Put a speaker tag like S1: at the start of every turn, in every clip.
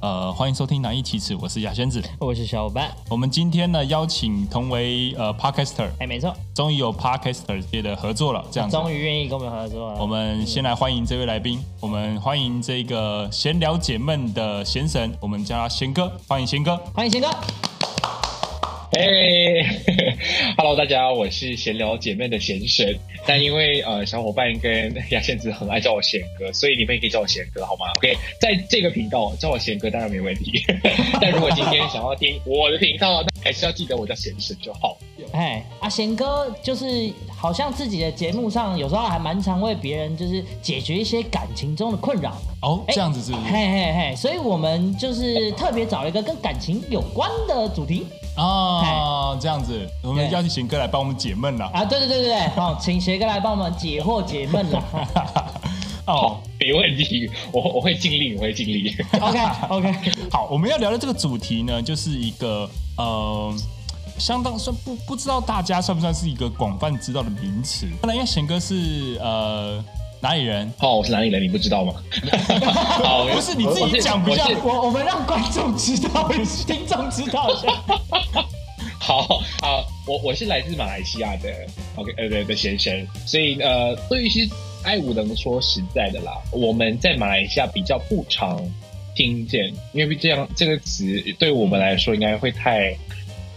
S1: 呃，欢迎收听《难易启齿》，我是雅仙子。
S2: 我是小伙伴，
S1: 我们今天呢邀请同为呃 Podcaster，
S2: 哎，没错，
S1: 终于有 Podcaster 界的合作了，这样子。
S2: 终于愿意跟我们合作了。
S1: 嗯我们先来欢迎这位来宾，我们欢迎这个闲聊解闷的闲神，我们叫他贤哥，欢迎贤哥。
S2: 欢迎贤哥，
S3: 嘿 h e l l o 大家好，我是闲聊姐妹的贤神。但因为呃小伙伴跟亚仙子很爱叫我贤哥，所以你们也可以叫我贤哥好吗？OK，在这个频道叫我贤哥当然没问 题。但如果今天想要听我的频道，那还是要记得我叫贤神就好。
S2: 哎，啊，贤哥就是好像自己的节目上有时候还蛮常为别人就是解决一些感情中的困扰，
S1: 哦，
S2: 哎
S1: 这样子是不是？
S2: 嘿嘿嘿，所以我们就是特别找了一个跟感情有关的主题
S1: 哦，这样子，我们
S2: 对
S1: 邀请贤哥来帮我们解闷了。
S2: 啊，对对对对对，好，请贤哥来帮我们解惑解闷啦。
S1: 哦
S3: 好，，没问题，我我会尽力，我会尽力。
S2: OK OK，
S1: 好，我们要聊的这个主题呢，就是一个呃，相当算不不知道大家算不算是一个广泛知道的名词？当然，因为贤哥是呃哪里人？
S3: 哦，我是哪里人？你不知道吗？ 好，
S1: 不是你自己讲比较
S3: 我是我是
S2: 我我们让观众知道，听众知道一下。
S3: 好好，我我是来自马来西亚的，OK，呃的的先生，所以呃，对于其实爱武能说实在的啦，我们在马来西亚比较不常听见，因为这样这个词对我们来说应该会太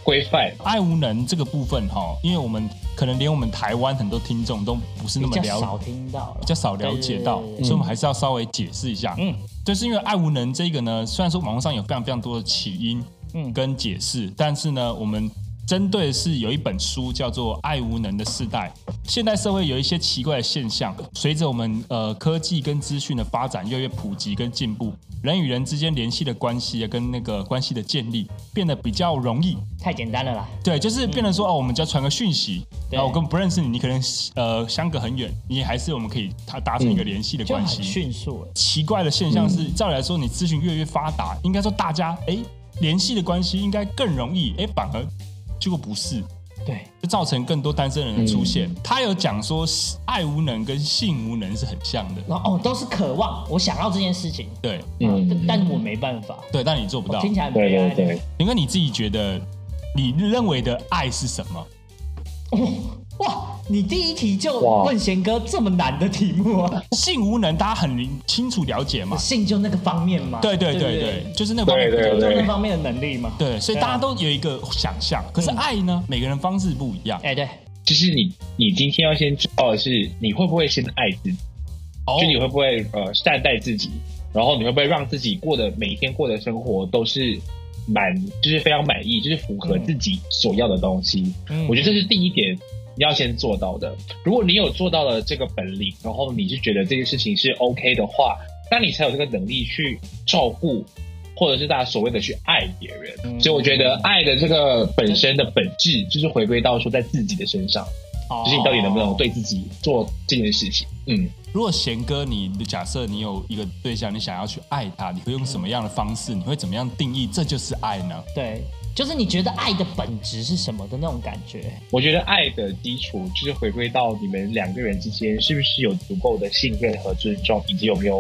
S3: 规范。
S1: 爱无能这个部分哈，因为我们可能连我们台湾很多听众都不是那
S2: 比
S1: 么
S2: 较
S1: 了
S2: 少听到了
S1: 比，较少了解到，
S2: 对对对
S1: 所以我们还是要稍微解释一下。
S2: 嗯
S1: 就是因为爱无能这个呢，虽然说网络上有非常非常多的起因
S2: 嗯，
S1: 跟解释，但是呢，我们针对的是有一本书叫做《爱无能的世代》。现代社会有一些奇怪的现象，随着我们呃科技跟资讯的发展越来越普及跟进步，人与人之间联系的关系啊跟那个关系的建立变得比较容易，
S2: 太简单了啦。
S1: 对，就是变成说、哦，我们只要传个讯息，
S2: 对
S1: 然后我根本不认识你，你可能呃相隔很远，你还是我们可以达达成一个联系的
S2: 就
S1: 关
S2: 很
S1: 系。
S2: 迅速了。
S1: 奇怪的现象是，照理来说，你资讯越来越发达，应该说大家哎联系的关系应该更容易，哎反而结果不是，
S2: 对，
S1: 就造成更多单身人的出现。他有讲说，爱无能跟性无能是很像的，
S2: 然后哦，都是渴望，我想要这件事情，
S1: 对
S2: 嗯，
S3: 嗯
S2: 但但我没办法，
S1: 对，但你做不
S2: 我
S1: 到。
S2: 听起来很
S3: 对
S2: 悲哀
S3: 对
S2: 的
S3: 对，
S1: 林哥，你自己觉得你认为的爱是什么？
S2: 哇，你第一题就
S3: 哇
S2: 问贤哥这么难的题目 啊？
S1: 性无能，大家很清楚了解嘛？
S2: 性就那个方面嘛？
S1: 对对
S2: 不
S1: 对对，，就是那个方面
S3: 对对
S1: 比较
S2: 就那方面的能力嘛？
S1: 对，所以大家都有一个想象，可是
S3: 嗯
S1: 爱呢，每个人方式不一样。
S2: 哎对，
S3: 就是你你今天要先知道的是，你会不会先爱自己，
S1: 哦
S3: 就你会不会呃善待自己，然后你会不会让自己过得每一天过的生活都是满，就是非常满意，就是符合自己所要的东西。
S2: 嗯
S3: 我觉得这是第一点你要先做到的。如果你有做到了这个本领，然后你是觉得这件事情是 OK 的话，那你才有这个能力去照顾，或者是大家所谓的去爱别人。
S2: 嗯
S3: 所以我觉得爱的这个本身的本质，就是回归到说在自己的身上，
S2: 哦
S3: 就是你到底能不能对自己做这件事情。嗯，
S1: 如果贤哥，你假设你有一个对象，你想要去爱他，你会用什么样的方式？你会怎么样定义这就是爱呢？
S2: 对，就是你觉得爱的本质是什么的那种感觉？
S3: 我觉得爱的基础就是回归到你们两个人之间是不是有足够的信任和尊重，以及有没有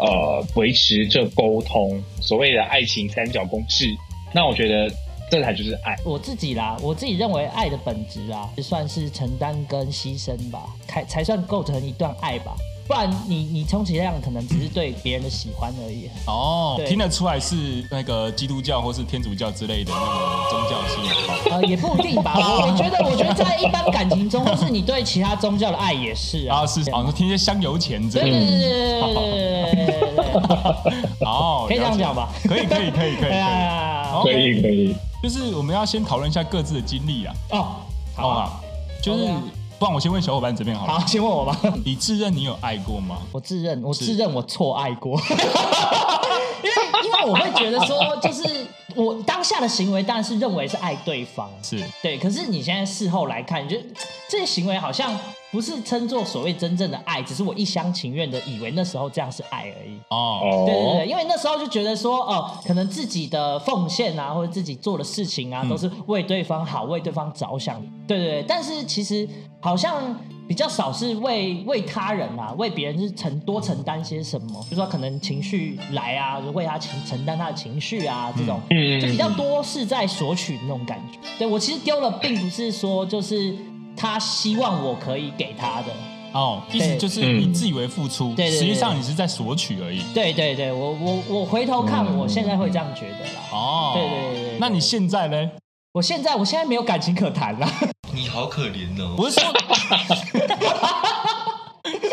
S3: 呃维持这沟通，所谓的爱情三角公式。那我觉得这才就是爱。
S2: 我自己啦，我自己认为爱的本质啊，就算是承担跟牺牲吧，才才算构成一段爱吧。不然你你充其量可能只是对别人的喜欢而已。啊
S1: 哦，
S2: 对
S1: 听得出来是那个基督教或是天主教之类的那个宗教信仰。
S2: 呃，也不一定 吧。我我觉得，我觉得在一般感情中，或是你对其他宗教的爱也是啊。
S1: 啊，是啊嗯哦，听一些香油钱之
S2: 对
S1: 类
S2: 对
S1: 的。
S2: 对对对对对对对，
S1: 哦，
S2: 可以这样
S1: 了解
S2: 讲吧？
S1: 可以可以可 以可以可
S2: 对
S1: 以。
S2: 啊
S1: 好。
S3: 可以可以，
S1: 就是我们要先讨论一下各自的经历啊，
S2: 哦，
S1: 好
S2: 好啊，
S1: 吧？就是
S2: OK 啊，
S1: 不然我先问小伙伴这边好啊了。
S2: 好，先问我 吧。
S1: 你自认你有爱过吗？
S2: 我自认我
S1: 是
S2: 自认我错爱过， 因为因为我会觉得说，就是我当下的行为当然是认为是爱对方，
S1: 是
S2: 对。可是你现在事后来看，你觉得这些行为好像不是称作所谓真正的爱，只是我一厢情愿的以为那时候这样是爱而已。
S1: 哦，
S3: 哦，
S2: 对对对，因为那时候就觉得说，哦、可能自己的奉献啊，或者自己做的事情啊，
S1: 嗯
S2: 都是为对方好，为对方着想。对对对，但是其实好像比较少是为为他人啊，为别人是承多承担些什么，比如说可能情绪来啊，就为他承承担他的情绪啊，这种、
S3: 嗯
S2: 就比较多是在索取那种感觉。对我其实丢了，并不是说就是他希望我可以给他的，
S1: 哦，意思
S2: 对
S1: 就是
S3: 嗯
S1: 你自以为付出，
S2: 对对对
S1: 实际上你是在索取而已。
S2: 对对对，我我我回头看，
S3: 嗯
S2: 我现在会这样觉得啦。
S1: 哦，
S2: 对对对对对
S1: 那你现在呢？
S2: 我现在我现在没有感情可谈 啦，
S4: 你好可怜哦。
S1: 不是说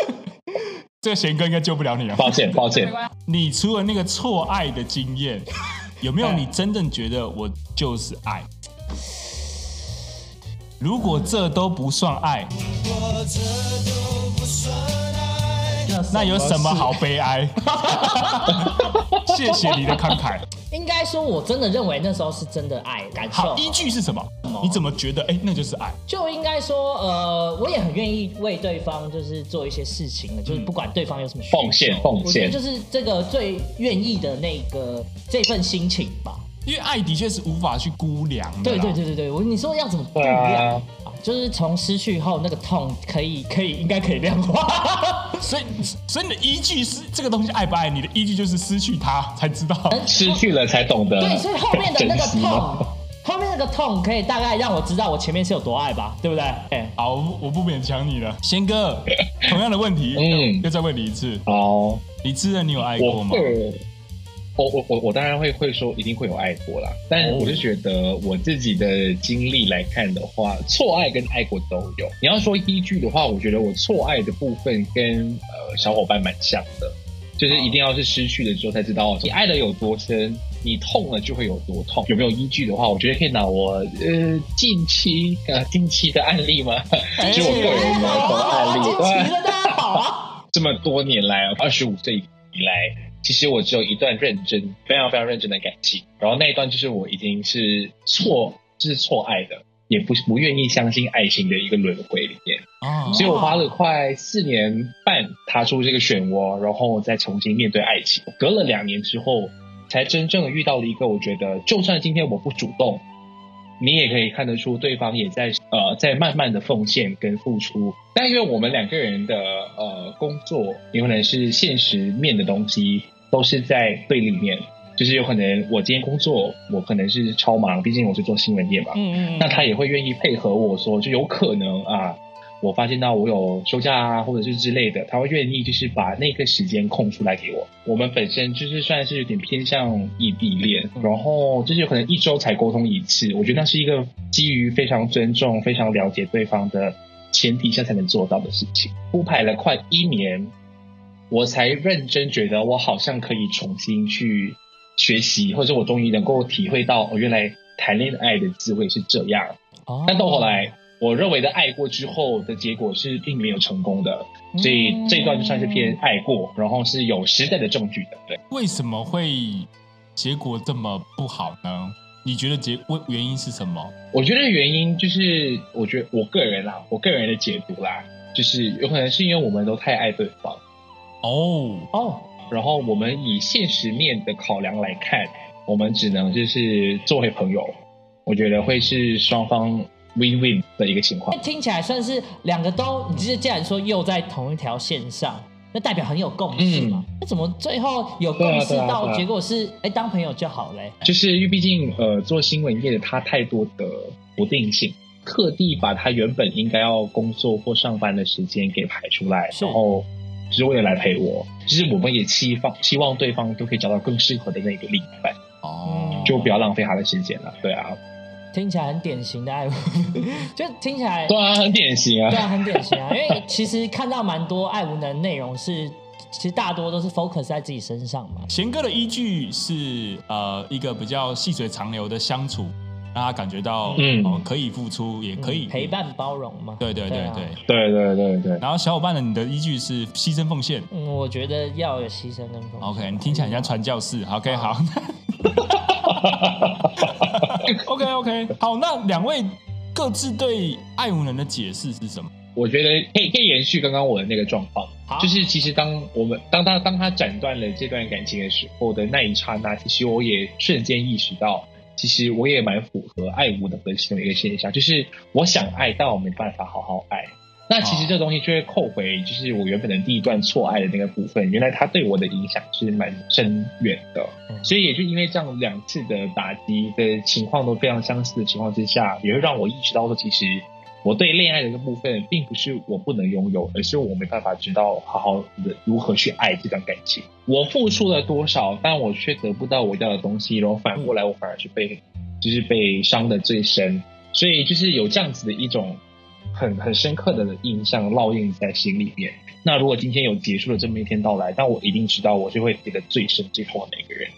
S1: 这个贤哥应该救不了你啊。
S3: 抱歉，抱歉，
S1: 你除了那个错爱的经验，有
S2: 哎
S1: 没有你真正觉得我就是爱？如果这都不算爱，那有什么好悲 哀？谢谢你的慷慨。
S2: 应该说，我真的认为那时候是真的爱感受
S1: 好，，依据是什么？
S3: 哦
S1: 你怎么觉得？哎，那就是爱。
S2: 就应该说，呃，我也很愿意为对方就是做一些事情的，就是不管对方有什么需求
S3: 奉献奉
S2: 我觉
S3: 献
S2: 得就是这个最愿意的那个这份心情吧。
S1: 因为爱的确是无法去估量的。
S2: 对对。对对对，我你说要怎么不一
S3: 对
S2: 样
S3: 啊
S2: 啊？就是从失去后那个痛可以可以应该可以量 化，
S1: 所以，所以你的依据是这个东西爱不爱？你的依据就是失去它才知道。
S3: 失去了才懂得
S2: 对，所以后面的那个
S3: 珍惜
S2: 痛
S3: 嘛。，
S2: 后面那个痛可以大概让我知道我前面是有多爱吧，对不对？哎、
S1: 好，我不我不勉强你了，贤 哥，同样的问题，
S3: 嗯
S1: 又再问你一次，
S3: 好，
S1: 你自认你有爱过
S3: 我
S1: 吗？
S3: 会，我我我我当然会会说一定会有爱过
S1: 哦
S3: 啦，但我就觉得我自己的经历来看的话，错爱跟爱过都有。你要说依据的话，我觉得我错爱的部分跟呃小伙伴蛮像的，
S1: 哦
S3: 就是一定要是失去了之后才知道哦你爱的有多深。你痛了就会有多痛，有没有依据的话，我觉得可以拿我呃近期呃近期的案例吗？
S1: 哎
S3: 其实我个人没有什么案例，
S2: 惊
S3: 对。
S2: 奇了，大家好啊！
S3: 这么多年来，二十五岁以来，其实我只有一段认真、非常非常认真的感情，然后那一段就是我已经是错，就是错爱的，也不是不愿意相信爱情的一个轮回里面，
S1: 啊
S3: 所以我花了快四年半踏出这个漩涡，然后再重新面对爱情。隔了两年之后，才真正遇到了一个我觉得，就算今天我不主动。你也可以看得出，对方也在呃在慢慢的奉献跟付出。但因为我们两个人的呃工作，有可能是现实面的东西，都是在对立面，就是有可能啊我今天工作，我可能是超忙，毕竟我是做新闻业嘛，
S2: 嗯嗯
S3: 那他也会愿意配合我说，就有可能啊，我发现到我有休假啊，或者是之类的，他会愿意就是把那个时间空出来给我。我们本身就是算是有点偏向异地恋，然后就是有可能一周才沟通一次，我觉得那是一个基于非常尊重、非常了解对方的前提下才能做到的事情。铺排了快一年，我才认真觉得我好像可以重新去学习，或者我终于能够体会到，哦，原来谈恋爱的智慧是这样。
S2: 哦
S3: 但到后来，我认为的爱过之后的结果是并没有成功的，所以这一段就算是偏爱过，然后是有实在的证据的。对，
S1: 为什么会结果这么不好呢？你觉得结为原因是什么？
S3: 我觉得原因就是，我觉得我个人啦，我个人的解读啦，就是有可能是因为我们都太爱对方，
S1: 哦，
S2: 哦，
S3: 然后我们以现实面的考量来看，我们只能就是做回朋友，我觉得会是双方 win win 的一个情况
S2: 那。听起来算是两个都，你这既然说又在同一条线上，那代表很有共识嘛？那怎么最后有共识
S3: 对啊对啊嗯对
S2: 到
S3: 啊
S2: 结果是，哎，当朋友就好嘞？
S3: 就是因为毕竟呃，做新闻业的他太多的不定性，特地把他原本应该要工作或上班的时间给排出来，
S2: 是
S3: 然后只是为了来陪我。就是我们也期望希望对方都可以找到更适合的那个另一半，
S1: 哦，
S3: 就不要浪费他的时间了。对啊，
S2: 听起来很典型的爱， 就听起来
S3: 对啊，很典型
S2: 对
S3: 啊。
S2: 啊，很典型啊。因为其实看到蛮多爱无能的内容是，其实大多都是 focus 在自己身上嘛。
S1: 贤哥的依据是呃一个比较细水长流的相处，让他感觉到
S3: 嗯
S1: 哦可以付出，也可以
S2: 嗯陪。伴包容嘛。
S1: 对对
S2: 对
S1: 对
S2: 啊
S1: 对。
S3: 对对对对，
S1: 然后小伙伴的你的依据是牺牲奉献。
S2: 嗯，我觉得要有牺牲跟奉献
S1: OK，你听起来很像传教士。OK，好。OK OK，好，那两位各自对爱无能的解释是什么？
S3: 我觉得可以可以延续刚刚我的那个状况，
S2: 好
S3: 就是其实当我们当他当他斩断了这段感情的时候的那一刹那，其实我也瞬间意识到，其实我也蛮符合爱无能的其中一个现象，就是我想爱，但我没办法好好爱。那其实这东西就会扣回，就是我原本的第一段错爱的那个部分，原来它对我的影响是蛮深远的。
S2: 嗯
S3: 所以也就因为这样两次的打击的情况都非常相似的情况之下，也会让我意识到说，其实我对恋爱的这个部分，并不是我不能拥有，而是我没办法知道好好的如何去爱这段感情。我付出了多少，但我却得不到我要的东西，然后反过来我反而是被，就是被伤的最深。所以就是有这样子的一种很很深刻的印象烙印在心里面。那如果今天有结束的这么一天到来，但我一定知道我是会跌得最深最痛的那个人，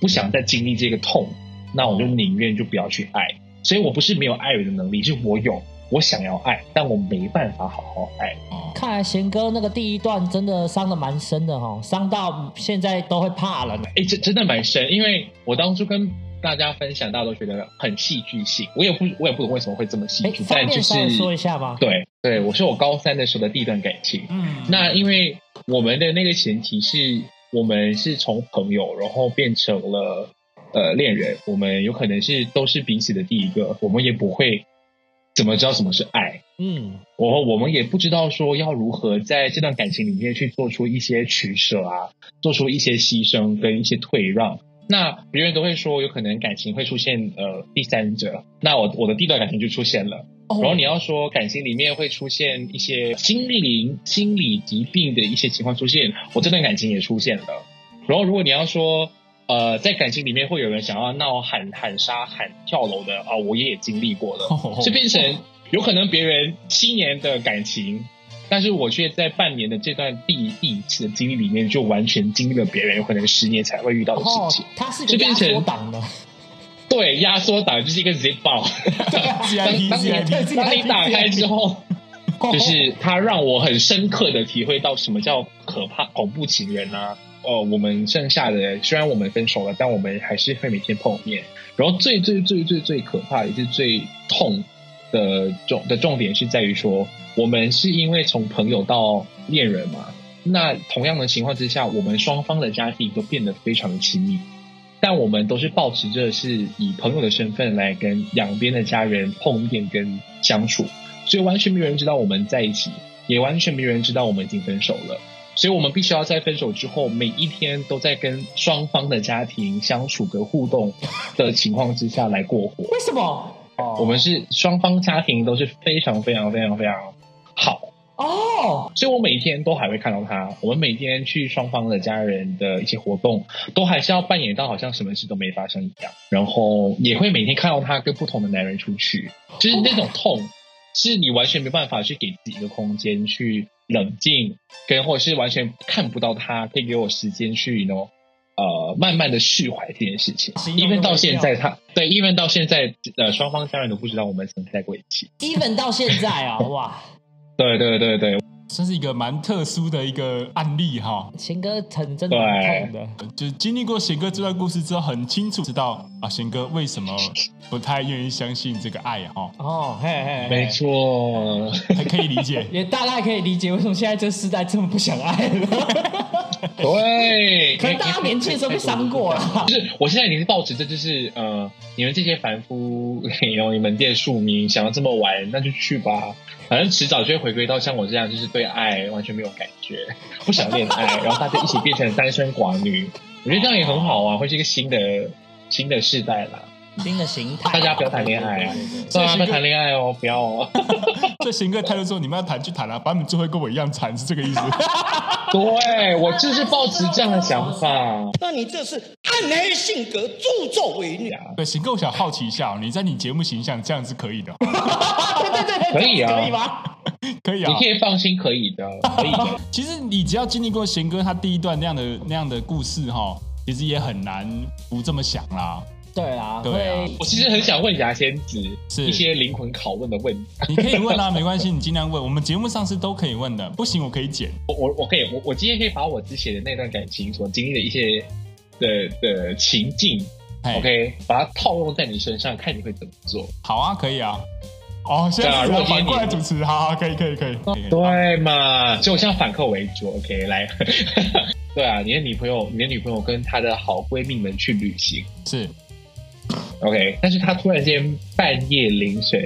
S3: 不想再经历这个痛，那我就宁愿就不要去爱。所以我不是没有爱人的能力，是我有，我想要爱，但我没办法好好爱。
S1: 哦，
S2: 看来贤哥那个第一段真的伤的蛮深的哈，伤到现在都会怕了呢。
S3: 哎，这真的蛮深，因为我当初跟大家分享，大家都觉得很戏剧性，我也不我也不懂为什么会这么戏
S2: 哎，
S3: 剧，
S2: 方
S3: 但
S2: 便
S3: 嗯就是
S2: 稍微说一下吗？
S3: 对对，我是我高三的时候的第一段感情。
S1: 嗯
S3: 那因为我们的那个前提是我们是从朋友，然后变成了呃恋人，我们有可能是都是彼此的第一个，我们也不会怎么知道什么是爱，
S2: 嗯，
S3: 我我们也不知道说要如何在这段感情里面去做出一些取舍啊，做出一些牺牲跟一些退让。那别人都会说，有可能感情会出现呃第三者，那我我的第一段感情就出现了。
S2: 哦
S3: 然后你要说感情里面会出现一些心灵、心理疾病的一些情况出现，我这段感情也出现了。然后如果你要说，呃，在感情里面会有人想要闹喊喊杀、喊跳楼的啊、我也经历过了，就变成有可能别人七年的感情，但是我却在半年的这段第第一次的经历里面，就完全经历了别人有可能十年才会遇到的事
S2: 哦
S3: 情。，
S2: 他是个压
S3: 就变成
S2: 缩档的，
S3: 对，压缩档就是一个 zip 爆，
S1: ，CIP
S3: 当年
S1: CIP，
S3: 当你打开之后。就是它让我很深刻的体会到什么叫可怕恐怖情人啊。哦，我们剩下的虽然我们分手了，但我们还是会每天碰面。然后最最最最最可怕也是最痛的重的重点是在于说，我们是因为从朋友到恋人嘛，那同样的情况之下，我们双方的家庭都变得非常的亲密，但我们都是保持着是以朋友的身份来跟两边的家人碰面跟相处，所以完全没有人知道我们在一起，也完全没有人知道我们已经分手了。所以我们必须要在分手之后，每一天都在跟双方的家庭相处跟互动的情况之下来过活。
S2: 为什么？
S3: 我们是双方家庭都是非常非常非常非常好，
S2: 哦，
S3: 所以我每天都还会看到他。我们每天去双方的家人的一些活动，都还是要扮演到好像什么事都没发生一样。然后也会每天看到他跟不同的男人出去，就是那种痛，是你完全没办法去给自己一个空间去冷静，跟或者是完全看不到他，可以给我时间去喏。呃，慢慢的释怀这件事情
S2: 形，容
S3: 因为
S2: 都
S3: 到
S2: 没
S3: 现
S2: 掉
S3: 在他对，因为到现在呃，双方家人都不知道我们曾经在过一起。
S2: ，even 到现在啊， 哇，
S3: 对对对对，
S1: 算是一个蛮特殊的一个案例哈。
S2: 贤哥很真的很痛 的，
S1: 呃就是经历过贤哥这段故事之后，很清楚知道啊，贤哥为什么不太愿意相信这个爱啊哈，
S2: 哦，嘿嘿，嘿 。
S3: 没，错。
S1: 还可以理解
S2: 也大概可以理解为什么现在这世代这么不想爱 了，
S3: 对，
S2: 可能大家年轻的时候被伤过 了。
S3: 啊就是我现在已经是抱持着，就是呃，你们这些凡夫，你用你们这些庶民想要这么玩，那就去吧，反正迟早就会回归到像我这样，就是对爱完全没有感觉，不想恋爱， 然后大家一起变成单身寡女，我觉得这样也很好啊，会是一个新的新的世代啦。
S2: 新的形态，
S3: 大家不要谈恋爱啊
S2: 对对对对
S1: 所
S3: 对
S1: 以
S3: 啊，
S1: 贤
S3: 不要
S1: 哥
S3: 谈恋爱哦，不要 哦。
S1: 所以贤哥的态度说，你们要谈就谈啊，把你们做会跟我一样惨，是这个意 思。
S3: 对我就是抱持这样的想法。
S4: 那你这是暗黑性格，助纣为虐。
S1: 对，贤哥，我想好奇一下哦，你在你节目形象这样是可以的哦，
S2: 对对对，
S3: 可以啊
S2: 可以吗？
S1: 可以啊
S3: 你。可以放心，可以的，可以的。
S1: 其实你只要经历过贤哥他第一段那样的那样的故事哈，其实也很难不这么想啦。
S2: 对啊，
S1: 对啊
S2: 会
S3: 我其实很想问牙仙子
S1: 是
S3: 一些灵魂拷问的问题。
S1: 你可以问啊，没关系，你尽量问。我们节目上是都可以问的，不行我可以剪。
S3: 我我我可以，我我今天可以把我之前的那段感情所经历的一些的的情境
S1: 嘿
S3: ，OK，把它套用在你身上，看你会怎么做。
S1: 好啊，可以啊。哦，现
S3: 对啊
S1: 在
S3: 如
S1: 是
S3: 果
S1: 反
S3: 今天
S1: 过来
S3: 你
S1: 主持，好好，可以，可以，可以。可以
S3: 对啊嘛？所以我现在反客为主，OK，来， 对啊，你的女朋友，你的女朋友跟她的好闺蜜们去旅行
S1: 是
S3: ，OK，但是她突然间半夜凌晨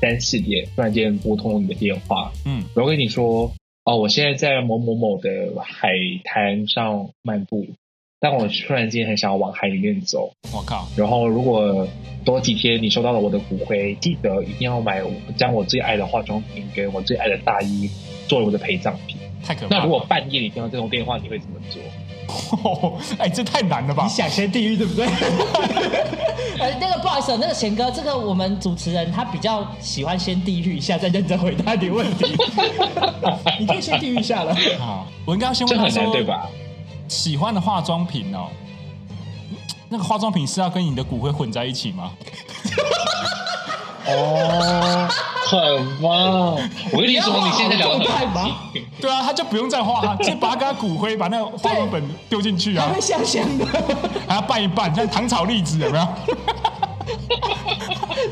S3: 三四点突然间拨通你的电话，
S1: 嗯，
S3: 然后跟你说，哦，我现在在某某某的海滩上漫步，但我突然间很想往海里面走。
S1: 我靠，
S3: 然后如果多几天你收到了我的骨灰，记得一定要买我将我最爱的化妆品跟我最爱的大衣作为我的陪葬品。
S1: 太可怕了！
S3: 那如果半夜你听到这通电话，你会怎么做？
S1: 哎、这太难了吧
S5: 你？想先地狱对 不对？
S2: 呃，那个不好意思，那个贤哥，这个我们主持人他比较喜欢先地狱一下，再认真回答你问 题。
S5: 你可以先地狱一下了。
S1: 好，我应该要先
S3: 这
S1: 问他
S3: 很
S1: 说，
S3: 难，对？吧？
S1: 喜欢的化妆品哦，那个化妆品是要跟你的骨灰混在一起吗？
S3: 哦，很棒！我跟你说，你现在聊
S2: 状
S3: 的
S2: 态
S3: 很
S2: 吗？
S1: 对啊，他就不用再 画，直接把他跟他骨灰把那个化妆本丢进去啊
S5: 还，会香香的。
S1: 还要拌一拌，像糖炒栗子有没有？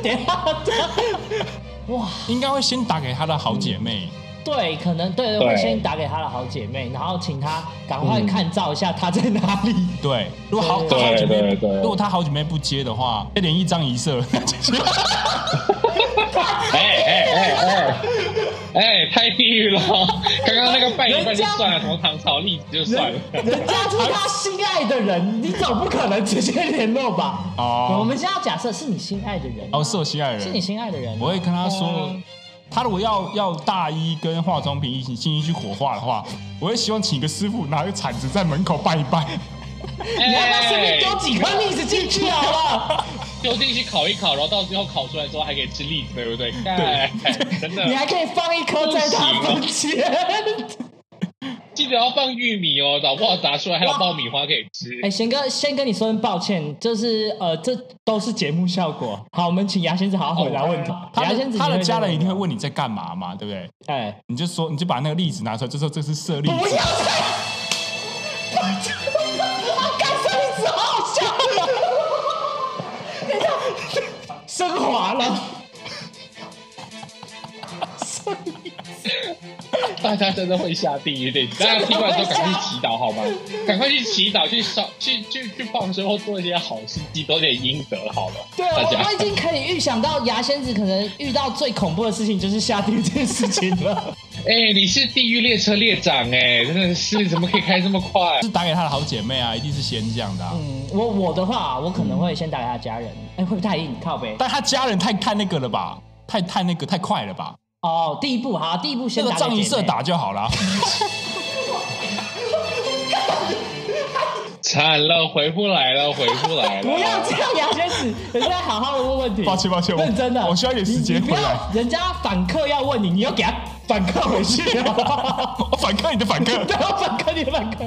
S2: 等一下，等一下哇，
S1: 应该会先打给他的好姐妹。
S2: 对，可能对，
S3: 对
S2: 我先打给他的好姐妹，然后请她赶快看照一下她在哪里。
S1: 对，如果好
S2: 对
S1: 他好姐妹
S3: 对对，对
S1: 如果他好姐妹不接的话，再连一张一 色，
S3: 哎哎哎哎哎，太地狱了！刚刚那个半夜半就算了，什么唐朝栗子就算了。
S2: 人家是他心爱的人，你总不可能直接联络吧？
S1: 哦
S2: 我们现在要假设是你心爱的人，
S1: 哦，是我心爱的
S2: 是你
S1: 人，
S2: 心爱的人，
S1: 我会跟他说
S2: 嗯，
S1: 他如果要要大衣跟化妆品一起进行去火化的话，我会希望请一个师傅拿个铲子在门口拜一拜。
S3: 你
S2: 你要不要顺便丢几块栗子进去好了？
S3: 哎丢进去烤一烤，然后到最后烤出来之后还可以吃栗子，对不对？哎，真
S2: 你
S3: 的，
S2: 还可以放一颗在他房间。
S3: 记得要放玉米哦，搞不好砸出来还有爆米花可以吃。
S2: 哎，贤哥，先跟你说声抱歉，就是呃，这都是节目效果。好，我们请牙仙子好好回答问题。
S1: 他
S2: 牙仙
S1: 的
S2: 子，
S1: 他的家人
S2: 啊
S1: 一定会。问你在干嘛嘛，对不对？
S2: 哎，
S1: 你就说，你就把那个栗子拿出来，就说这是舍利
S2: 不
S1: 子
S2: 要。再，我干上一次好好笑了。 等一下，升华了。
S3: 大家真的会下地狱的，大家听完之后赶快去祈祷好吗？赶快去祈祷，去烧，去去去放生或做一些好事，积多点阴德好了。
S2: 对，
S3: 大
S2: 我
S3: 家
S2: 我已经可以预想到牙仙子可能遇到最恐怖的事情就是下地狱这件事情 了。
S3: 哎、你是地狱列车列长哎、真的是怎么可以开这么快？
S1: 是打给他的好姐妹啊，一定是先这样的、啊。
S2: 嗯，我我的话，我可能会先打给他家人。哎、会不会太硬？靠呗。
S1: 但他家人太太那个了吧，太太那个太快了吧？
S2: 哦，第一步好，第一步
S1: 这
S2: 先
S1: 个
S2: 打给
S1: 仗一
S2: 姐妹
S1: 色打。就好了。
S3: 惨了，回不来了，回不来
S2: 不
S3: 了。
S2: 要这样，牙仙子，人家好好的问问题。
S1: 抱歉抱歉我
S2: 认真的，
S1: 我需要一点时间
S2: 你你不
S1: 回来
S2: 要，人家反客要问你，你又给他反客 回去啊。
S1: 我反抗你的反抗，
S2: 对，我反客你的反客。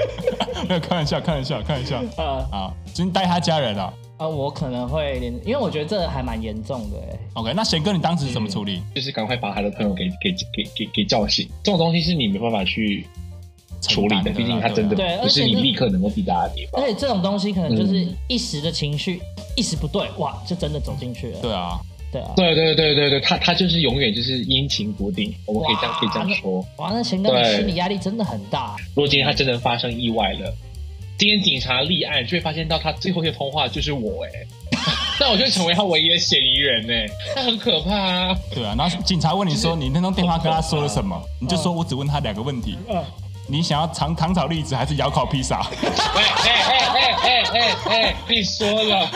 S1: 没有开玩笑，开玩笑，开玩笑。
S2: 呃
S1: 啊，先带他家人啊。
S2: 呃，我可能会连，因为我觉得这还蛮严重的哎。
S1: OK，那贤哥你当时怎么处理？
S3: 就是赶快把他的朋友给给给给给叫醒。这种东西是你没办法去处理
S1: 承
S3: 的，
S1: 担
S3: 毕竟他真的
S1: 对啊
S2: 对
S3: 不是
S2: 而且
S3: 你
S2: 那
S3: 立刻能够抵达的地方
S2: 而。且这种东西可能就是一时的情绪，一时不对，哇，就真的走进去了。
S1: 对啊，
S2: 对啊，
S3: 对对对对对，他他就是永远就是阴晴不定，我们可以这样
S2: 哇
S3: 可以这样说。
S2: 哇，那贤哥你
S3: 对
S2: 心理压力真的很大。
S3: 如果今天他真的发生意外了，今天警察立案，就会发现到他最后一个通话就是我哎、那我就成为他唯一的嫌疑人哎、那很可怕啊！
S1: 对啊。然后警察问你说
S3: 就是嗯
S1: 你那通电话跟他说了什么，你就说我只问他两个问题，
S2: 嗯，
S1: 你想要尝糖炒栗子还是窑烤披萨？
S3: 哎哎哎哎哎哎，你说了，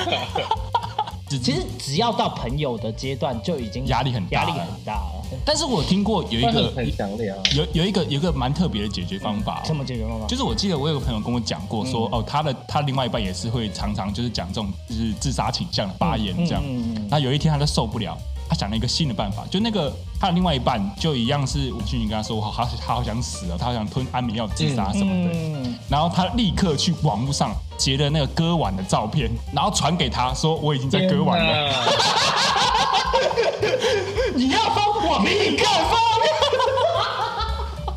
S2: 其实只要到朋友的阶段，就已经
S1: 压力很大
S2: 压
S1: 了
S2: 力很大了。
S1: 但是我听过有一
S3: 会
S1: 个
S3: 很很强烈啊！
S1: 有有一个有一个蛮特别的解决方法哦、
S2: 这么解决方法？
S1: 就是我记得我有个朋友跟我讲过说，哦，他的他另外一半也是会常常就是讲这种就是自杀倾向的发言这样。
S2: 嗯嗯嗯嗯
S1: 那有一天他就受不了，他想了一个新的办法，就那个他的另外一半就一样是吴俊宇跟他说，我好他他好想死啊，他好想吞安眠药自杀什么的。
S2: 嗯，
S1: 然后他立刻去网络上截了那个割腕的照片，然后传给他说我已经在割腕了。
S3: 天哪
S2: 你要疯，我比你更疯，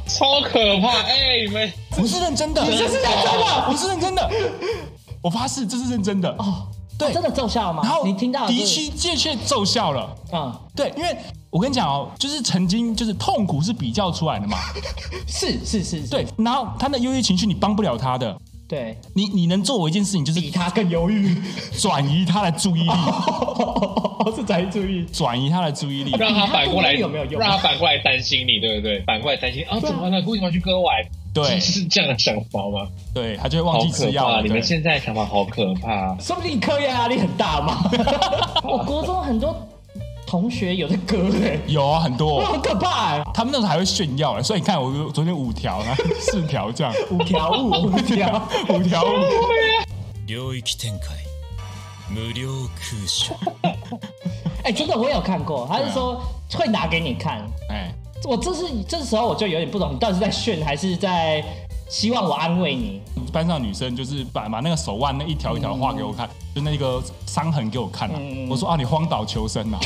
S3: 超可怕！哎、你们
S1: 不是认真的，
S2: 你这是认真的
S1: 我是认真的，我发誓这是认真的。
S2: 哦，
S1: 对
S2: 真的奏效吗？
S1: 然后
S2: 你听到
S1: 的确的确奏效了。
S2: 啊，
S1: 对，因为我跟你讲哦，就是曾经就是痛苦是比较出来的嘛，
S2: 是是是，是
S1: 对，，然后他的忧郁情绪你帮不了他的，
S2: 对，
S1: 你你能做我一件事情，就是
S5: 比他更犹豫，
S1: 转移他的注意力，
S5: 是才注意。
S1: 转移他的注意力。
S3: 让他反过来
S5: 你看不出有没有用
S3: 让他反过来担心你，对不对？反过来担心啊，怎么了？为什么去割腕？
S1: 对
S3: 是这样的想法吗？
S1: 对，他就会忘
S3: 好
S1: 记
S3: 可
S1: 吃药
S3: 怕！
S1: 了。
S3: 你们
S1: 对
S3: 现在想法好可怕。
S5: 说不定你课业压力很大嘛，
S2: 我国中很多同学有在割的、
S1: 有啊，很多
S5: 哇，好可怕
S2: 欸
S5: 哎！
S1: 他们那时候还会炫耀欸所以你看我昨天五条，然后四条这样，
S5: 五条悟，五条，
S1: 五条五。
S6: 領域展開無料空所
S2: 哎、真的我有看过，他是说会拿给你看。
S1: 哎，
S2: 我这是这时候我就有点不懂，你到底是在炫还是在希望我安慰你？
S1: 班上女生就是把把那个手腕那一条一条画给我看，就那个伤痕给我看啊。我说啊，你荒岛求生啊。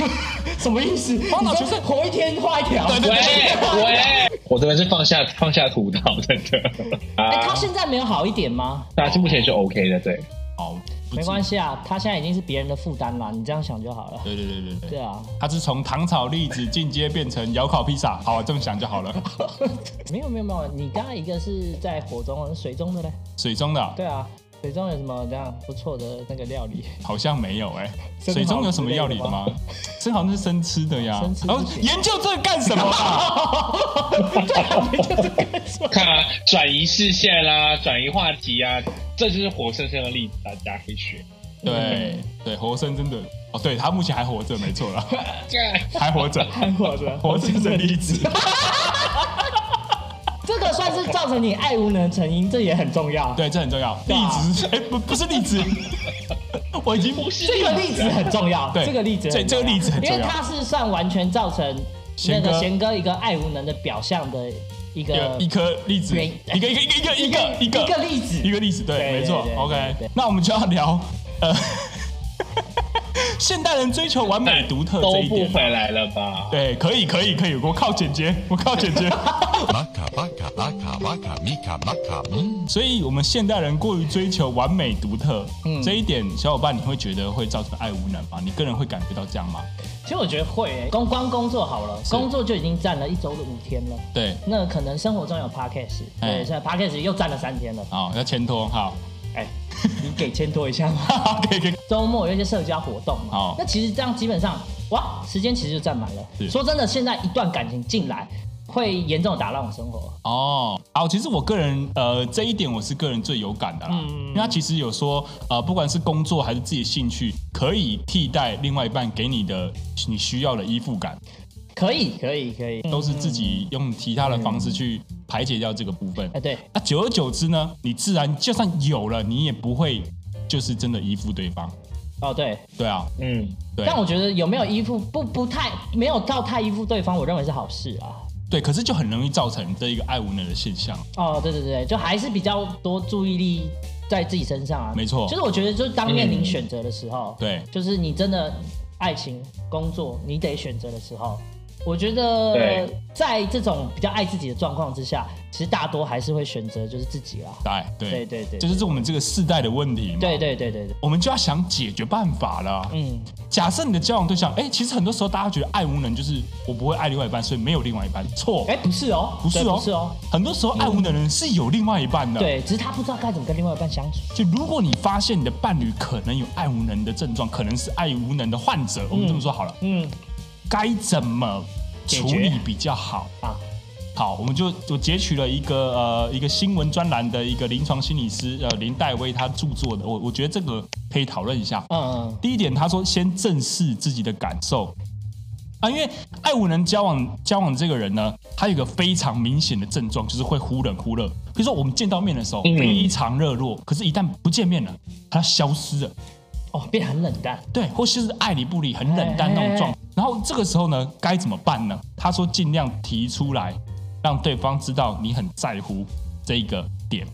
S5: 什么意思？
S1: 荒岛
S5: 你
S1: 求生
S5: 说活一天画一条，
S1: 对对
S3: 喂
S1: 对
S3: 喂，我这边是放下放下屠刀，真的
S2: 哎、
S3: 啊
S2: 他，现在没有好一点吗？
S3: 那是目前是 OK 的，对。
S1: 好，
S2: 没关
S1: 系。
S2: 系啊，他现在已经是别人的负担了，你这样想就好了。
S1: 对对对对对。
S2: 对啊，
S1: 他是从糖炒栗子进阶变成窑烤披萨，好，这么想就好了。
S2: 没有没有没有，你刚刚一个是在火中，水中的嘞？
S1: 水中的啊
S2: 对啊，水中有什么这样不错的那个料 理？
S1: 好像没有哎、
S5: 生蚝
S1: 水中有什么料理的吗？生蚝那是生吃的呀
S2: 生吃。不
S1: 然后
S2: 行
S1: 研究这个干什么 啊？
S3: 看啊，转移视线啦，转移话题啊，这就是活生生的例子，大家可以学。
S1: 对对，活生真的哦，对他目前还活着，没错 了，还活着，
S5: 我的
S1: 活生生例子。
S2: 这个算是造成你爱无能的成因，这也很重 要。
S1: 对，这很重要。
S2: 对啊
S1: 例子，哎，不不是例 子，我已经不是
S2: 这个例子很重要，
S1: 对
S2: 这个例子很重要，
S1: 这这个例子很重要
S2: 因为它是算完全造成那
S1: 贤
S2: 个
S1: 哥
S2: 贤哥一个爱无能的表象的一个
S1: 一颗例子，
S2: 对
S1: 一个一个一个一个
S2: 一
S1: 一个
S2: 个例子，
S1: 一个例子，对，
S2: 对
S1: 没错
S2: 对对。
S1: OK，
S2: 对对
S1: 那我们就要聊呃， 现代人追求完美独特这
S3: 都
S1: 一
S3: 不
S1: 点。
S3: 回来了吧？
S1: 对，可以，可以，可以，我靠简洁， 我靠简 洁。
S6: バカバカバカバカミカバカん
S1: 所以，我们现代人过于追求完美独特，
S2: 嗯
S1: 这一点，小伙伴，你会觉得会造成爱无能吗？你个人会感觉到这样吗？
S2: 其实我觉得会、欸，工光工作好了，工作就已经占了一周的五天了。
S1: 对，
S2: 那可能生活中有 podcast，
S1: 哎
S2: 对，现在 podcast 又占了三天了。
S1: 好，要牵拖，好，
S2: 哎， 你给牵拖一下嘛。
S1: 可以，可以，
S2: 周末有一些社交活动嘛
S1: 好，
S2: 那其实这样基本上，哇，时间其实就占满
S1: 哦是
S2: 了。说真的，现在一段感情进来，会严重打乱我生活。
S1: 哦，好，其实我个人，呃，这一点我是个人最有感的啦，
S2: 嗯
S1: 因为他其实有说，呃，不管是工作还是自己的兴趣，可以替代另外一半给你的你需要的依附感，
S2: 可以，可以，可以。
S1: 都是自己用其他的方式去排解掉这个部分。
S2: 哎，对，
S1: 啊，久而久之呢，你自然就算有了，你也不会就是真的依附对方。
S2: 哦对，
S1: 对啊，
S3: 嗯，
S1: 对，
S2: 但我觉得有没有依附不不太没有到太依附对方，我认为是好事啊。
S1: 对，可是就很容易造成这一个爱无能的现象。
S2: 哦，对对对，就还是比较多注意力在自己身上啊。
S1: 没错嗯
S2: 就是我觉得，就是当面临选择的时候，
S1: 对
S2: 就是你真的爱情、工作，你得选择的时候，我觉得
S3: 对
S2: 在这种比较爱自己的状况之下，其实大多还是会选择就是自己啦。
S1: 哎，对，
S2: 对对对
S1: 这就是我们这个世代的问题嘛。
S2: 对，对对对对，
S1: 我们就要想解决办法了。
S2: 嗯，
S1: 假设你的交往对象，哎，其实很多时候大家觉得爱无能就是我不会爱另外一半，所以没有另外一半。错，
S2: 哎，不是哦，
S1: 不是
S2: 对
S1: 哦，啊
S2: 不是哦，，嗯
S1: 很多时候爱无能的人是有另外一半的。，
S2: 对，只是他不知道该怎么跟另外一半相处。
S1: 就如果你发现你的伴侣可能有爱无能的症状，可能是爱无能的患者，我们这么说好了。
S2: 嗯，
S1: 该怎么处
S2: 解
S1: 理
S2: 决
S1: 比较好
S2: 啊？
S1: 好，我们就我截取了一个呃一个新闻专栏的一个临床心理师呃林黛薇她著作的，我我觉得这个可以讨论一下。
S2: 嗯嗯，
S1: 第一点，她说先正视自己的感受啊，因为爱无能交往交往这个人呢，他有一个非常明显的症状，就是会忽冷忽热。比如说我们见到面的时候
S3: 嗯
S1: 非常热络，可是一旦不见面了，他消失了。
S2: 哦，变得很冷淡。
S1: 对，或是爱理不理、很冷淡那种
S2: 哎
S1: 状态。然后这个时候呢，该怎么办呢？他说尽量提出来，让对方知道你很在乎这一个点。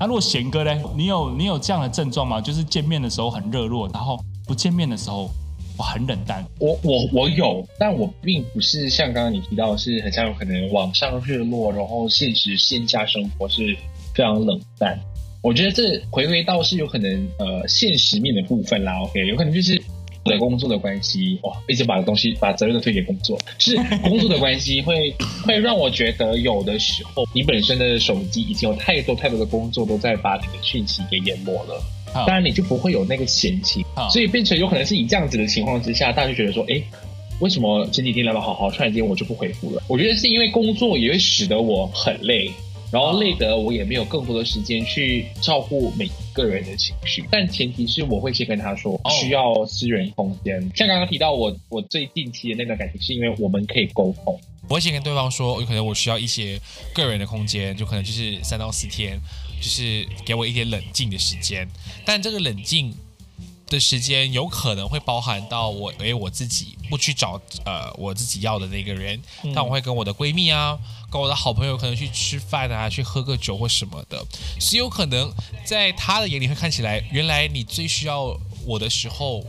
S1: 那、如果贤哥呢，你有你有这样的症状吗？就是见面的时候很热络，然后不见面的时候我很冷淡。
S3: 我我我有，但我并不是像刚刚你提到的是很像可能网上日落，然后现实线下生活是非常冷淡。我觉得这回归到是有可能呃现实面的部分啦，OK，有可能就是
S7: 的工作的关系，哇，一直把东西把责任都推给工作，是工作的关系会会让我觉得有的时候你本身的手机已经有太多太多的工作都在把你的讯息给淹没了
S1: 好。
S7: 当然，你就不会有那个闲情
S3: 啊
S1: 好，
S7: 所以变成有可能是以这样子的情况之下，大家就觉得说，哎，为什么前几天聊得好好，突然间我就不回复了？我觉得是因为工作也会使得我很累，然后累得我也没有更多的时间去照顾每一个人的情绪。但前提是我会先跟他说
S1: 哦
S7: 需要私人空间。像刚刚提到我我最近期的那段感情，是因为我们可以沟通。
S3: 我会先跟对方说，有可能我需要一些个人的空间，就可能就是三到四天，就是给我一点冷静的时间。但这个冷静的时间有可能会包含到我，诶，我自己不去找呃我自己要的那个人，但我会跟我的闺蜜啊，跟我的好朋友可能去吃饭啊，去喝个酒或什么的，是有可能在他的眼里会看起来，原来你最需要我的时候，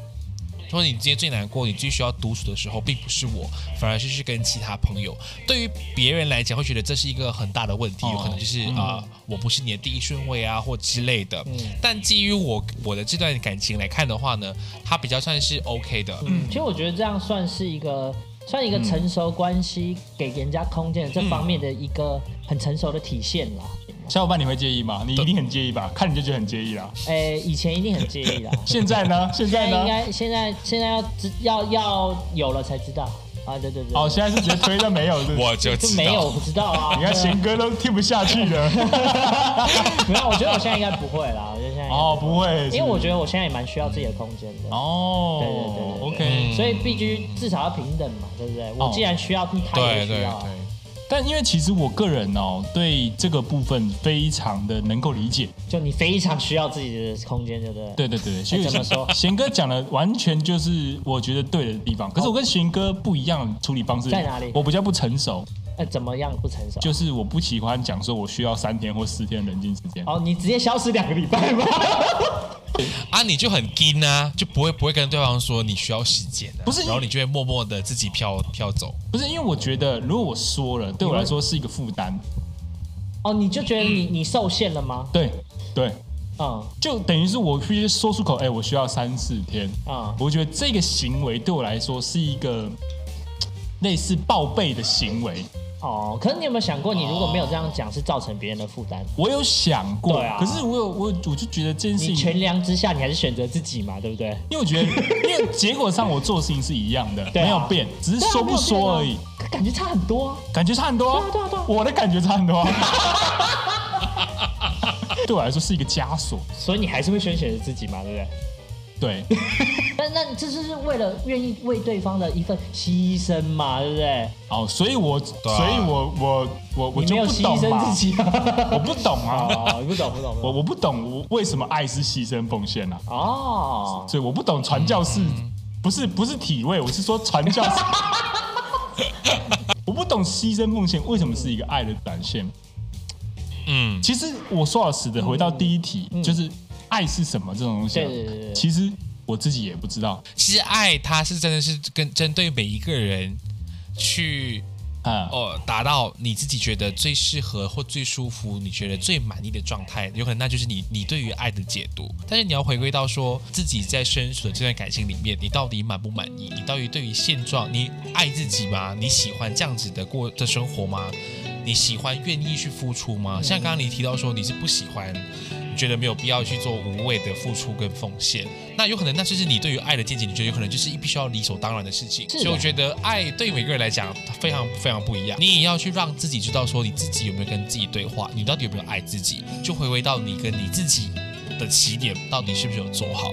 S3: 说你今天最难过，你最需要独处的时候，并不是我，反而是去跟其他朋友。对于别人来讲，会觉得这是一个很大的问题，有可能就是啊、我不是你的第一顺位啊，或之类的。但基于我我的这段感情来看的话呢，它比较算是 OK 的。嗯，
S2: 其实我觉得这样算是一个，算一个成熟关系给人家空间的这方面的一个很成熟的体现啦。
S1: 小伙伴你会介意吗？你一定很介意吧？看你就觉得很介意啦。
S2: 诶、以前一定很介意啦，
S1: 现在 呢？现在
S2: 现在应
S1: 呢？
S2: 该现在现在要知要要有了才知道啊，对对对，
S1: 哦，现在是直接推到没有是不 是？
S3: 我就
S2: 就
S3: 知
S2: 没有
S3: 道
S2: 我不知道啊。
S1: 你看
S2: 对啊
S1: 贤哥都听不下去了。
S2: 没有，我觉得我现在应该不会啦，我觉得现在应该
S1: 哦，不会，是不是
S2: 因为我觉得我现在也蛮需要自己的空间的。
S1: 哦，
S2: 对对对对
S1: OK，、
S3: 嗯
S2: 所以必须至少要平等嘛，对不对？
S1: 哦
S2: 我既然需要，他也
S3: 对
S2: 需
S3: 对
S2: 要啊。
S3: 对，
S1: 但因为其实我个人哦，对这个部分非常的能够理解。
S2: 就你非常需要自己的空间，对不对？
S1: 对对对，所以
S2: 哎怎么说
S1: 贤哥讲的完全就是我觉得对的地方。可是我跟贤哥不一样，处理方式
S2: 在哪里
S1: 我比较不成熟，
S2: 那怎么样不成熟？
S1: 就是我不喜欢讲说我需要三天或四天的冷静时间。
S2: 哦，你直接消失两个礼拜吧。
S3: 啊，你就很硬啊，就不会不会跟对方说你需要时间、啊，
S1: 不是
S3: 然后你就会默默的自己飘飘走。
S1: 不是因为我觉得如果我说了，对我来说是一个负担。
S2: 嗯哦，你就觉得你你受限了吗？
S1: 对对，
S2: 嗯
S1: 就等于是我必须说出口，哎、我需要三四天。
S2: 嗯，
S1: 我觉得这个行为对我来说是一个嘖类似报备的行为。
S2: 哦，可是你有没有想过，你如果没有这样讲，是造成别人的负担？
S1: 我有想过，
S2: 对啊
S1: 可是我有我我就觉得这件事情，
S2: 你权量之下，你还是选择自己嘛，对不啊对？
S1: 因为我觉得， 因为结果上我做的事情是一样的，
S2: 对啊啊
S1: 没有变，只是说不说而已，
S2: 可感觉差很多啊。
S1: 感觉差很多啊
S2: 对啊对啊对啊。
S1: 我的感觉差很多 啊。对我来说是一个枷锁，
S2: 所以你还是会先选择自己嘛，对不对？
S1: 对，
S2: 但那这就是为了愿意为对方的一份牺牲嘛，对不对？
S1: 哦，所以我，
S3: 对啊
S1: 所以我，我，我，我
S2: 你
S1: 就
S2: 没有
S1: 不
S2: 牺
S1: 懂
S2: 牲
S1: 嘛
S2: 自，己啊。
S1: 我不懂啊，
S2: 哦，你不懂不懂
S1: 我
S2: 不 懂。
S1: 我不懂我为什么爱是牺牲奉献啊，
S2: 哦，
S1: 所以我不懂传教士，
S2: 嗯
S1: 不是不是体位，我是说传教士。 我不懂牺牲奉献为什么是一个爱的展现。
S3: 嗯，
S1: 其实我说老实的，回到第一题，就是爱是什么这种东西啊。
S2: 嗯对对对对
S1: 其实我自己也不知道
S3: 其实爱它是真的是跟针对每一个人去
S1: 啊。
S3: 哦，达到你自己觉得最适合或最舒服，你觉得最满意的状态，有可能那就是你你对于爱的解读。但是你要回归到说自己在身处的这段感情里面，你到底满不满意？你到底对于现状，你爱自己吗？你喜欢这样子的过的生活吗？你喜欢愿意去付出吗？像刚刚你提到说你是不喜欢，你觉得没有必要去做无谓的付出跟奉献，那有可能那就是你对于爱的见解，你觉得有可能就是必须要理所当然的事情。
S2: 是的
S3: 所以我觉得爱对每个人来讲它非常非常不一样，你也要去让自己知道说你自己有没有跟自己对话，你到底有没有爱自己，就回归到你跟你自己的起点到底是不是有做好。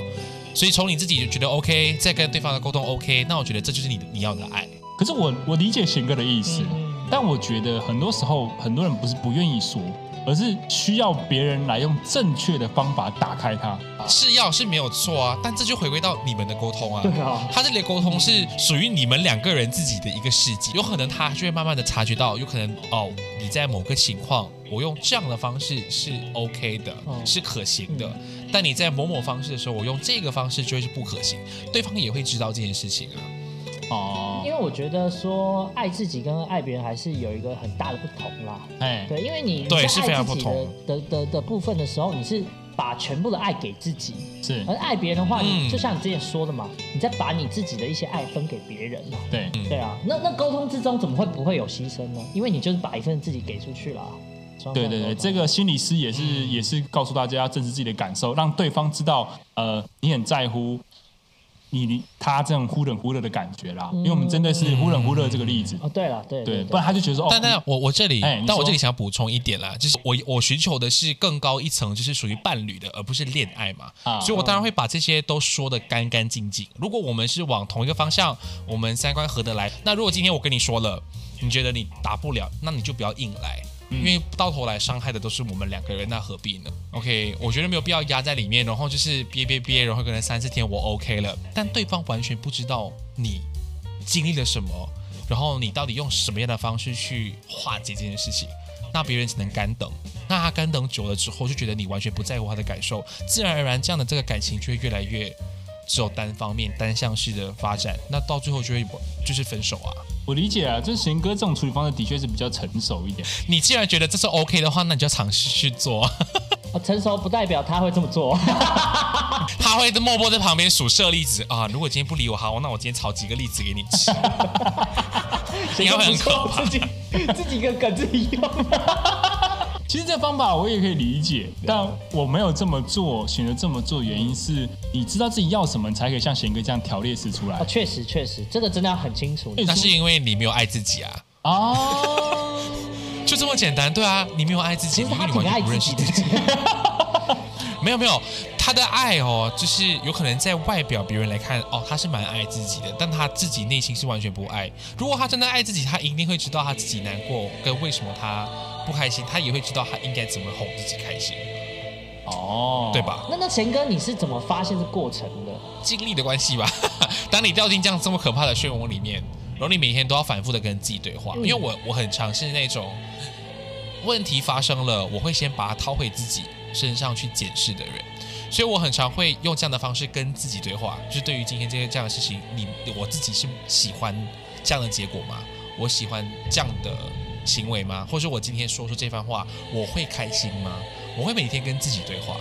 S3: 所以从你自己就觉得 OK，再跟对方的沟通 OK，那我觉得这就是你的你要的爱。
S1: 可是我我理解贤哥的意思，
S2: 嗯
S1: 但我觉得很多时候很多人不是不愿意说，而是需要别人来用正确的方法打开它。
S3: 是要是没有错啊，但这就回归到你们的沟通啊。
S2: 对啊，
S3: 他这里的沟通是属于你们两个人自己的一个世界，有可能他就会慢慢的察觉到，有可能哦，你在某个情况，我用这样的方式是 OK 的，
S2: 哦
S3: 是可行的，但你在某某方式的时候，我用这个方式就会是不可行，对方也会知道这件事情啊。
S1: 哦，
S2: 因为我觉得说爱自己跟爱别人还是有一个很大的不同啦。
S1: 哎，
S2: 对，因为你
S3: 对
S2: 在
S3: 是
S2: 爱
S3: 非常
S2: 自己
S3: 不同
S2: 的的的的部分的时候，你是把全部的爱给自己，
S1: 是
S2: 而爱别人的话，你
S3: 嗯
S2: 就像你之前说的嘛，你再把你自己的一些爱分给别人嘛。
S1: 对，
S2: 对啊，那那沟通之中怎么会不会有牺牲呢？因为你就是把一份自己给出去了啊。双
S1: 对
S2: 向
S1: 对
S2: 沟
S1: 对，
S2: 通
S1: 这个心理师也是、也是告诉大家要正视自己的感受，让对方知道，呃，你很在乎你你他这样忽冷忽热的感觉啦。因为我们针对是忽冷忽热这个例子，
S2: 哦，对了，对
S1: 对，
S2: 对
S1: 不然他就觉得说，哦，
S3: 但但我我这里
S1: 哎你，
S3: 但我
S1: 说
S3: 这里想补充一点啦，就是我我寻求的是更高一层，就是属于伴侣的，而不是恋爱嘛。
S1: 啊
S3: 所以我当然会把这些都说的干干净净。如果我们是往同一个方向，我们三观合得来，那如果今天我跟你说了，你觉得你达不了，那你就不要硬来。
S1: 嗯
S3: 因为到头来伤害的都是我们两个人，那何必呢？OK，我觉得没有必要压在里面，然后就是憋憋憋，然后可能三四天我 OK 了，但对方完全不知道你经历了什么，然后你到底用什么样的方式去化解这件事情。那别人只能干等，那他干等久了之后，就觉得你完全不在乎他的感受，自然而然这样的这个感情就会越来越只有单方面、单向式的发展，那到最后就会就是分手啊。
S1: 我理解啊，就是贤哥这种处理方式的啊确是比哦较成熟一点。
S3: 你既然觉得这是 OK 的话，那你就尝试去做。
S2: 哦成熟不代表他会这么做。
S3: 他会默默在旁边数射粒子啊，如果今天不理我，好，那我今天炒几个粒子给你吃，应该会很可怕。
S8: 自己自己一个梗自己用。
S2: 哦
S1: 其实这方法我也可以理解，但我没有这么做，选择这么做原因是，你知道自己要什么，你才可以像贤哥这样条列式出来
S2: 哦，确实确实，这个真的要很清楚。
S3: 那是因为你没有爱自己啊，
S1: 哦。
S3: 就这么简单，对啊，你没有爱自己，
S2: 其实
S3: 因为
S2: 他
S3: 你
S2: 挺
S3: 完
S2: 爱
S3: 全不
S2: 自
S3: 认识
S2: 己
S3: 自己。
S2: 的，
S3: 没 有没有，他的爱哦，就是有可能在外表别人来看哦，他是蛮爱自己的，但他自己内心是完全不爱。如果他真的爱自己，他一定会知道他自己难过跟为什么他不开心，他也会知道他应该怎么哄自己开心，
S1: 哦，
S3: 对？吧？
S2: 那那钱哥你是怎么发现这过程的？
S3: 经历的关系吧。 当你掉进这样这么可怕的漩涡里面，然后你每天都要反复的跟自己对话，因
S2: 嗯
S3: 为我我很尝试那种问题发生了，我会先把它掏回自己身上去检视的人。所以我很常会用这样的方式跟自己对话，就是对于今天这个这样的事情，你我自己是喜欢这样的结果吗？我喜欢这样的行为吗？或者说我今天说出这番话，我会开心吗？我会每天跟自己对话。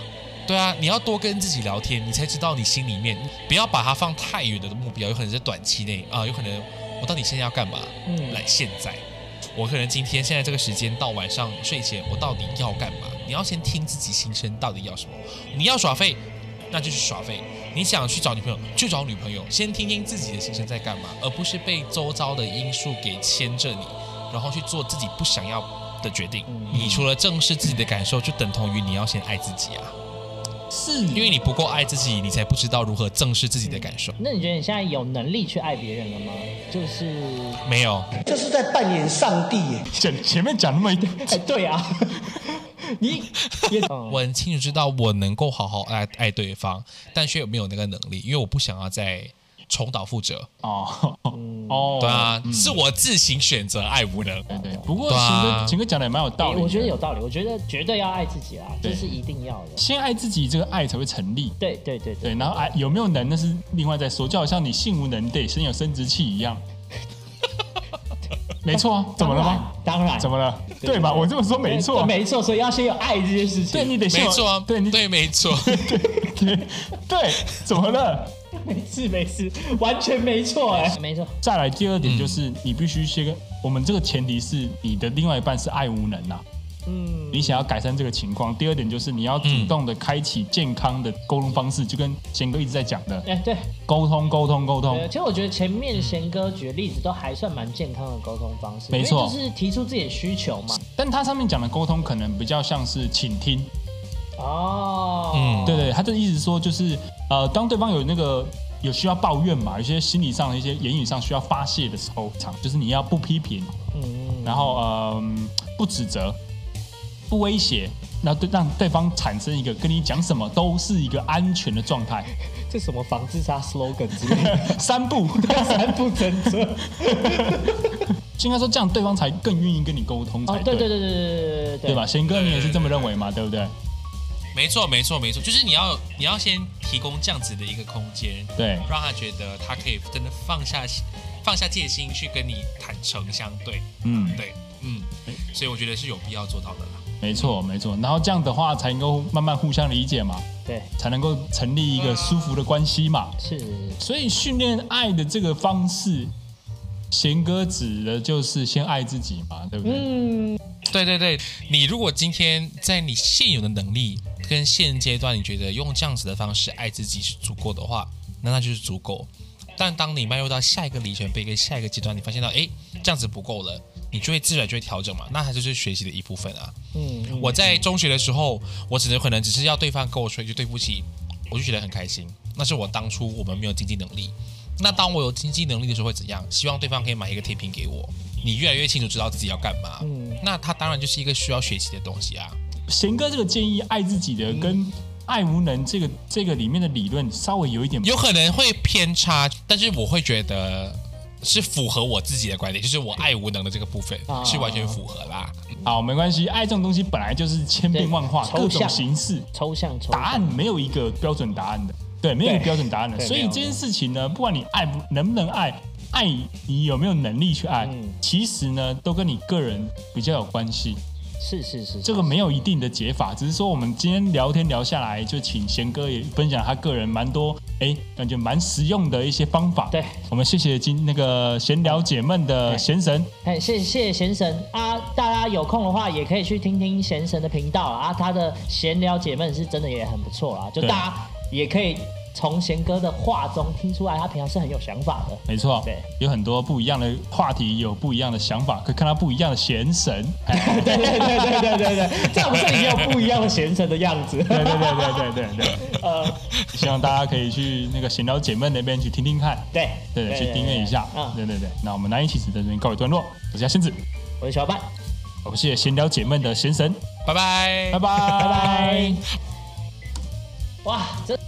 S3: 对啊，你要多跟自己聊天，你才知道你心里面，不要把它放太远的目标，有可能是短期内啊、有可能我到底现在要干嘛？
S2: 嗯
S3: 来现在，我可能今天现在这个时间到晚上睡前，我到底要干嘛？你要先听自己心声到底要什么。你要耍废，那就去耍废；你想去找女朋友，就找女朋友。先听听自己的心声在干嘛，而不是被周遭的因素给牵着你，然后去做自己不想要的决定。你除了正视自己的感受，就等同于你要先爱自己啊。
S1: 是，
S3: 因为你不够爱自己，你才不知道如何正视自己的感受。
S2: 那你觉得你现在有能力去爱别人了吗？就是，
S3: 没有，
S4: 这是在扮演上帝耶。
S1: 前前面讲那么一点，
S2: 哎，对啊， 你也嗯
S3: 我很清楚知道我能够好好爱爱对方，但却没有那个能力，因为我不想要再重蹈覆辙。
S1: 哦哦，
S3: 对啊，是我自行选择爱无能。
S1: 对对。不过
S3: 对
S1: 秦
S3: 啊
S1: 哥秦哥讲的也蛮有道理的，
S2: 嗯我觉得有道理，我觉得绝对要爱自己啦，这是一定要的。
S1: 先爱自己，这个爱才会成立。
S2: 对对对对，
S1: 对，然后爱有没有能那是另外再说，就好像你性无能得先有生殖器一 样。没错啊，怎么了吗？
S2: 当然，
S1: 怎么了？
S2: 对
S1: 对吧？我这么说没错，
S2: 没错，所以要先有爱这件事情。
S1: 对你得先
S3: 没
S1: 有
S3: 错啊，
S1: 对你
S3: 对，没错。
S1: 对对，怎么了？
S2: 没事没事，完全没错哎、没错，
S1: 再来第二点就是，你必须先跟我们这个前提是你的另外一半是爱无能啊。嗯，你想要改善这个情况，第二点就是你要主动的开启健康的沟通方式，就跟贤哥一直在讲的
S2: 哎、对。
S1: 沟通、沟通、沟通
S2: 对，。其实我觉得前面贤哥举的例子都还算蛮健康的沟通方式，
S1: 没错
S2: 因为就是提出自己的需求嘛。
S1: 但他上面讲的沟通可能比较像是倾听，
S2: 哦，
S3: 嗯
S1: 对对，他的意思说就是呃，当对方有那个有需要抱怨嘛，有些心理上的一些言语上需要发泄的时候，场就是你要不批评，
S2: 嗯，
S1: 然后嗯、不指责，不威胁，然后对让对方产生一个跟你讲什么都是一个安全的状态，
S2: 这什么防自杀 slogan 之类 的，
S1: 三不，
S2: 三不成则。
S1: 应该说这样对方才更愿意跟你沟通才
S2: 哦，对对对对对对对
S1: 对吧？？贤哥，你也是这么认为嘛？对不对？
S3: 没错，没错，没错，就是你要你要先提供这样子的一个空间，
S1: 对
S3: 让他觉得他可以真的放下放下戒心去跟你坦诚相对，
S1: 嗯，
S3: 对，嗯，所以我觉得是有必要做到的啦。
S1: 没错没错。然后这样的话才能够慢慢互相理解嘛，
S2: 对，
S1: 才能够成立一
S2: 嗯
S1: 个舒服的关系嘛。
S2: 是
S1: 所以训练爱的这个方式，贤哥指的就是先爱自己嘛，对不对？
S2: 嗯
S3: 对对对，你如果今天在你现有的能力跟现阶段，你觉得用这样子的方式爱自己是足够的话，那那就是足够。但当你迈入到下一个里程碑跟下一个阶段，你发现到诶这样子不够了，你就会自然就会调整嘛，那它就是学习的一部分啊。嗯，我在中学的时候，我只能可能只是要对方跟我说一句对不起，我就觉得很开心。那是我当初我们没有经济能力。那当我有经济能力的时候会怎样？希望对方可以买一个甜品给我。你越来越清楚知道自己要干嘛，那它当然就是一个需要学习的东西啊。
S1: 贤哥这个建议，爱自己的
S2: 嗯
S1: 跟爱无能这个这个里面的理论稍微有一点
S3: 有可能会偏差，但是我会觉得是符合我自己的观点，就是我爱无能的这个部分
S2: 啊
S3: 是完全符合啦。
S1: 好，没关系，爱这种东西本来就是千变万化，
S2: 对
S1: 各
S2: 抽
S1: 种
S2: 象
S1: 形式，
S2: 抽象抽象
S1: 答案没有一个标准答案的，对，没有一个
S2: 对
S1: 标准答案的。
S2: 对
S1: 所以
S2: 没有
S1: 这件事情呢，不管你爱不能不能爱，爱你有没有能力去爱，
S2: 嗯
S1: 其实呢都跟你个人比较有关系。
S2: 是是是，
S1: 这个没有一定的解法，只是说我们今天聊天聊下来，就请贤哥也分享他个人蛮多，哎，感觉蛮实用的一些方法。
S2: 对，
S1: 我们谢谢今那个闲聊姐们的
S2: 对
S1: 贤神，
S2: 哎，谢谢谢贤神啊！大家有空的话，也可以去听听贤神的频道啊，他的闲聊姐妹是真的也很不错啦，就
S1: 对
S2: 大家也可以从贤哥的话中听出来，他平常是很有想法的。
S1: 没错，
S2: 对，
S1: 有很多不一样的话题，有不一样的想法，可以看到不一样的贤 神。哎
S2: 对对对对对对对，在我们这里也有不一样的贤神的样子。
S1: 对对对对对对对，
S2: 呃，
S1: 希望大家可以去那个闲聊姐妹那边去听听看，
S2: 对
S1: 对，去订阅一下。
S2: 嗯，
S1: 对啊对对，那我们难以启齿在这边告一段落，我是嘉仙子，
S2: 我是小伴，
S1: 我们谢谢闲聊姐妹的贤神，
S3: 拜拜
S1: 拜拜拜
S2: 拜。哇，真。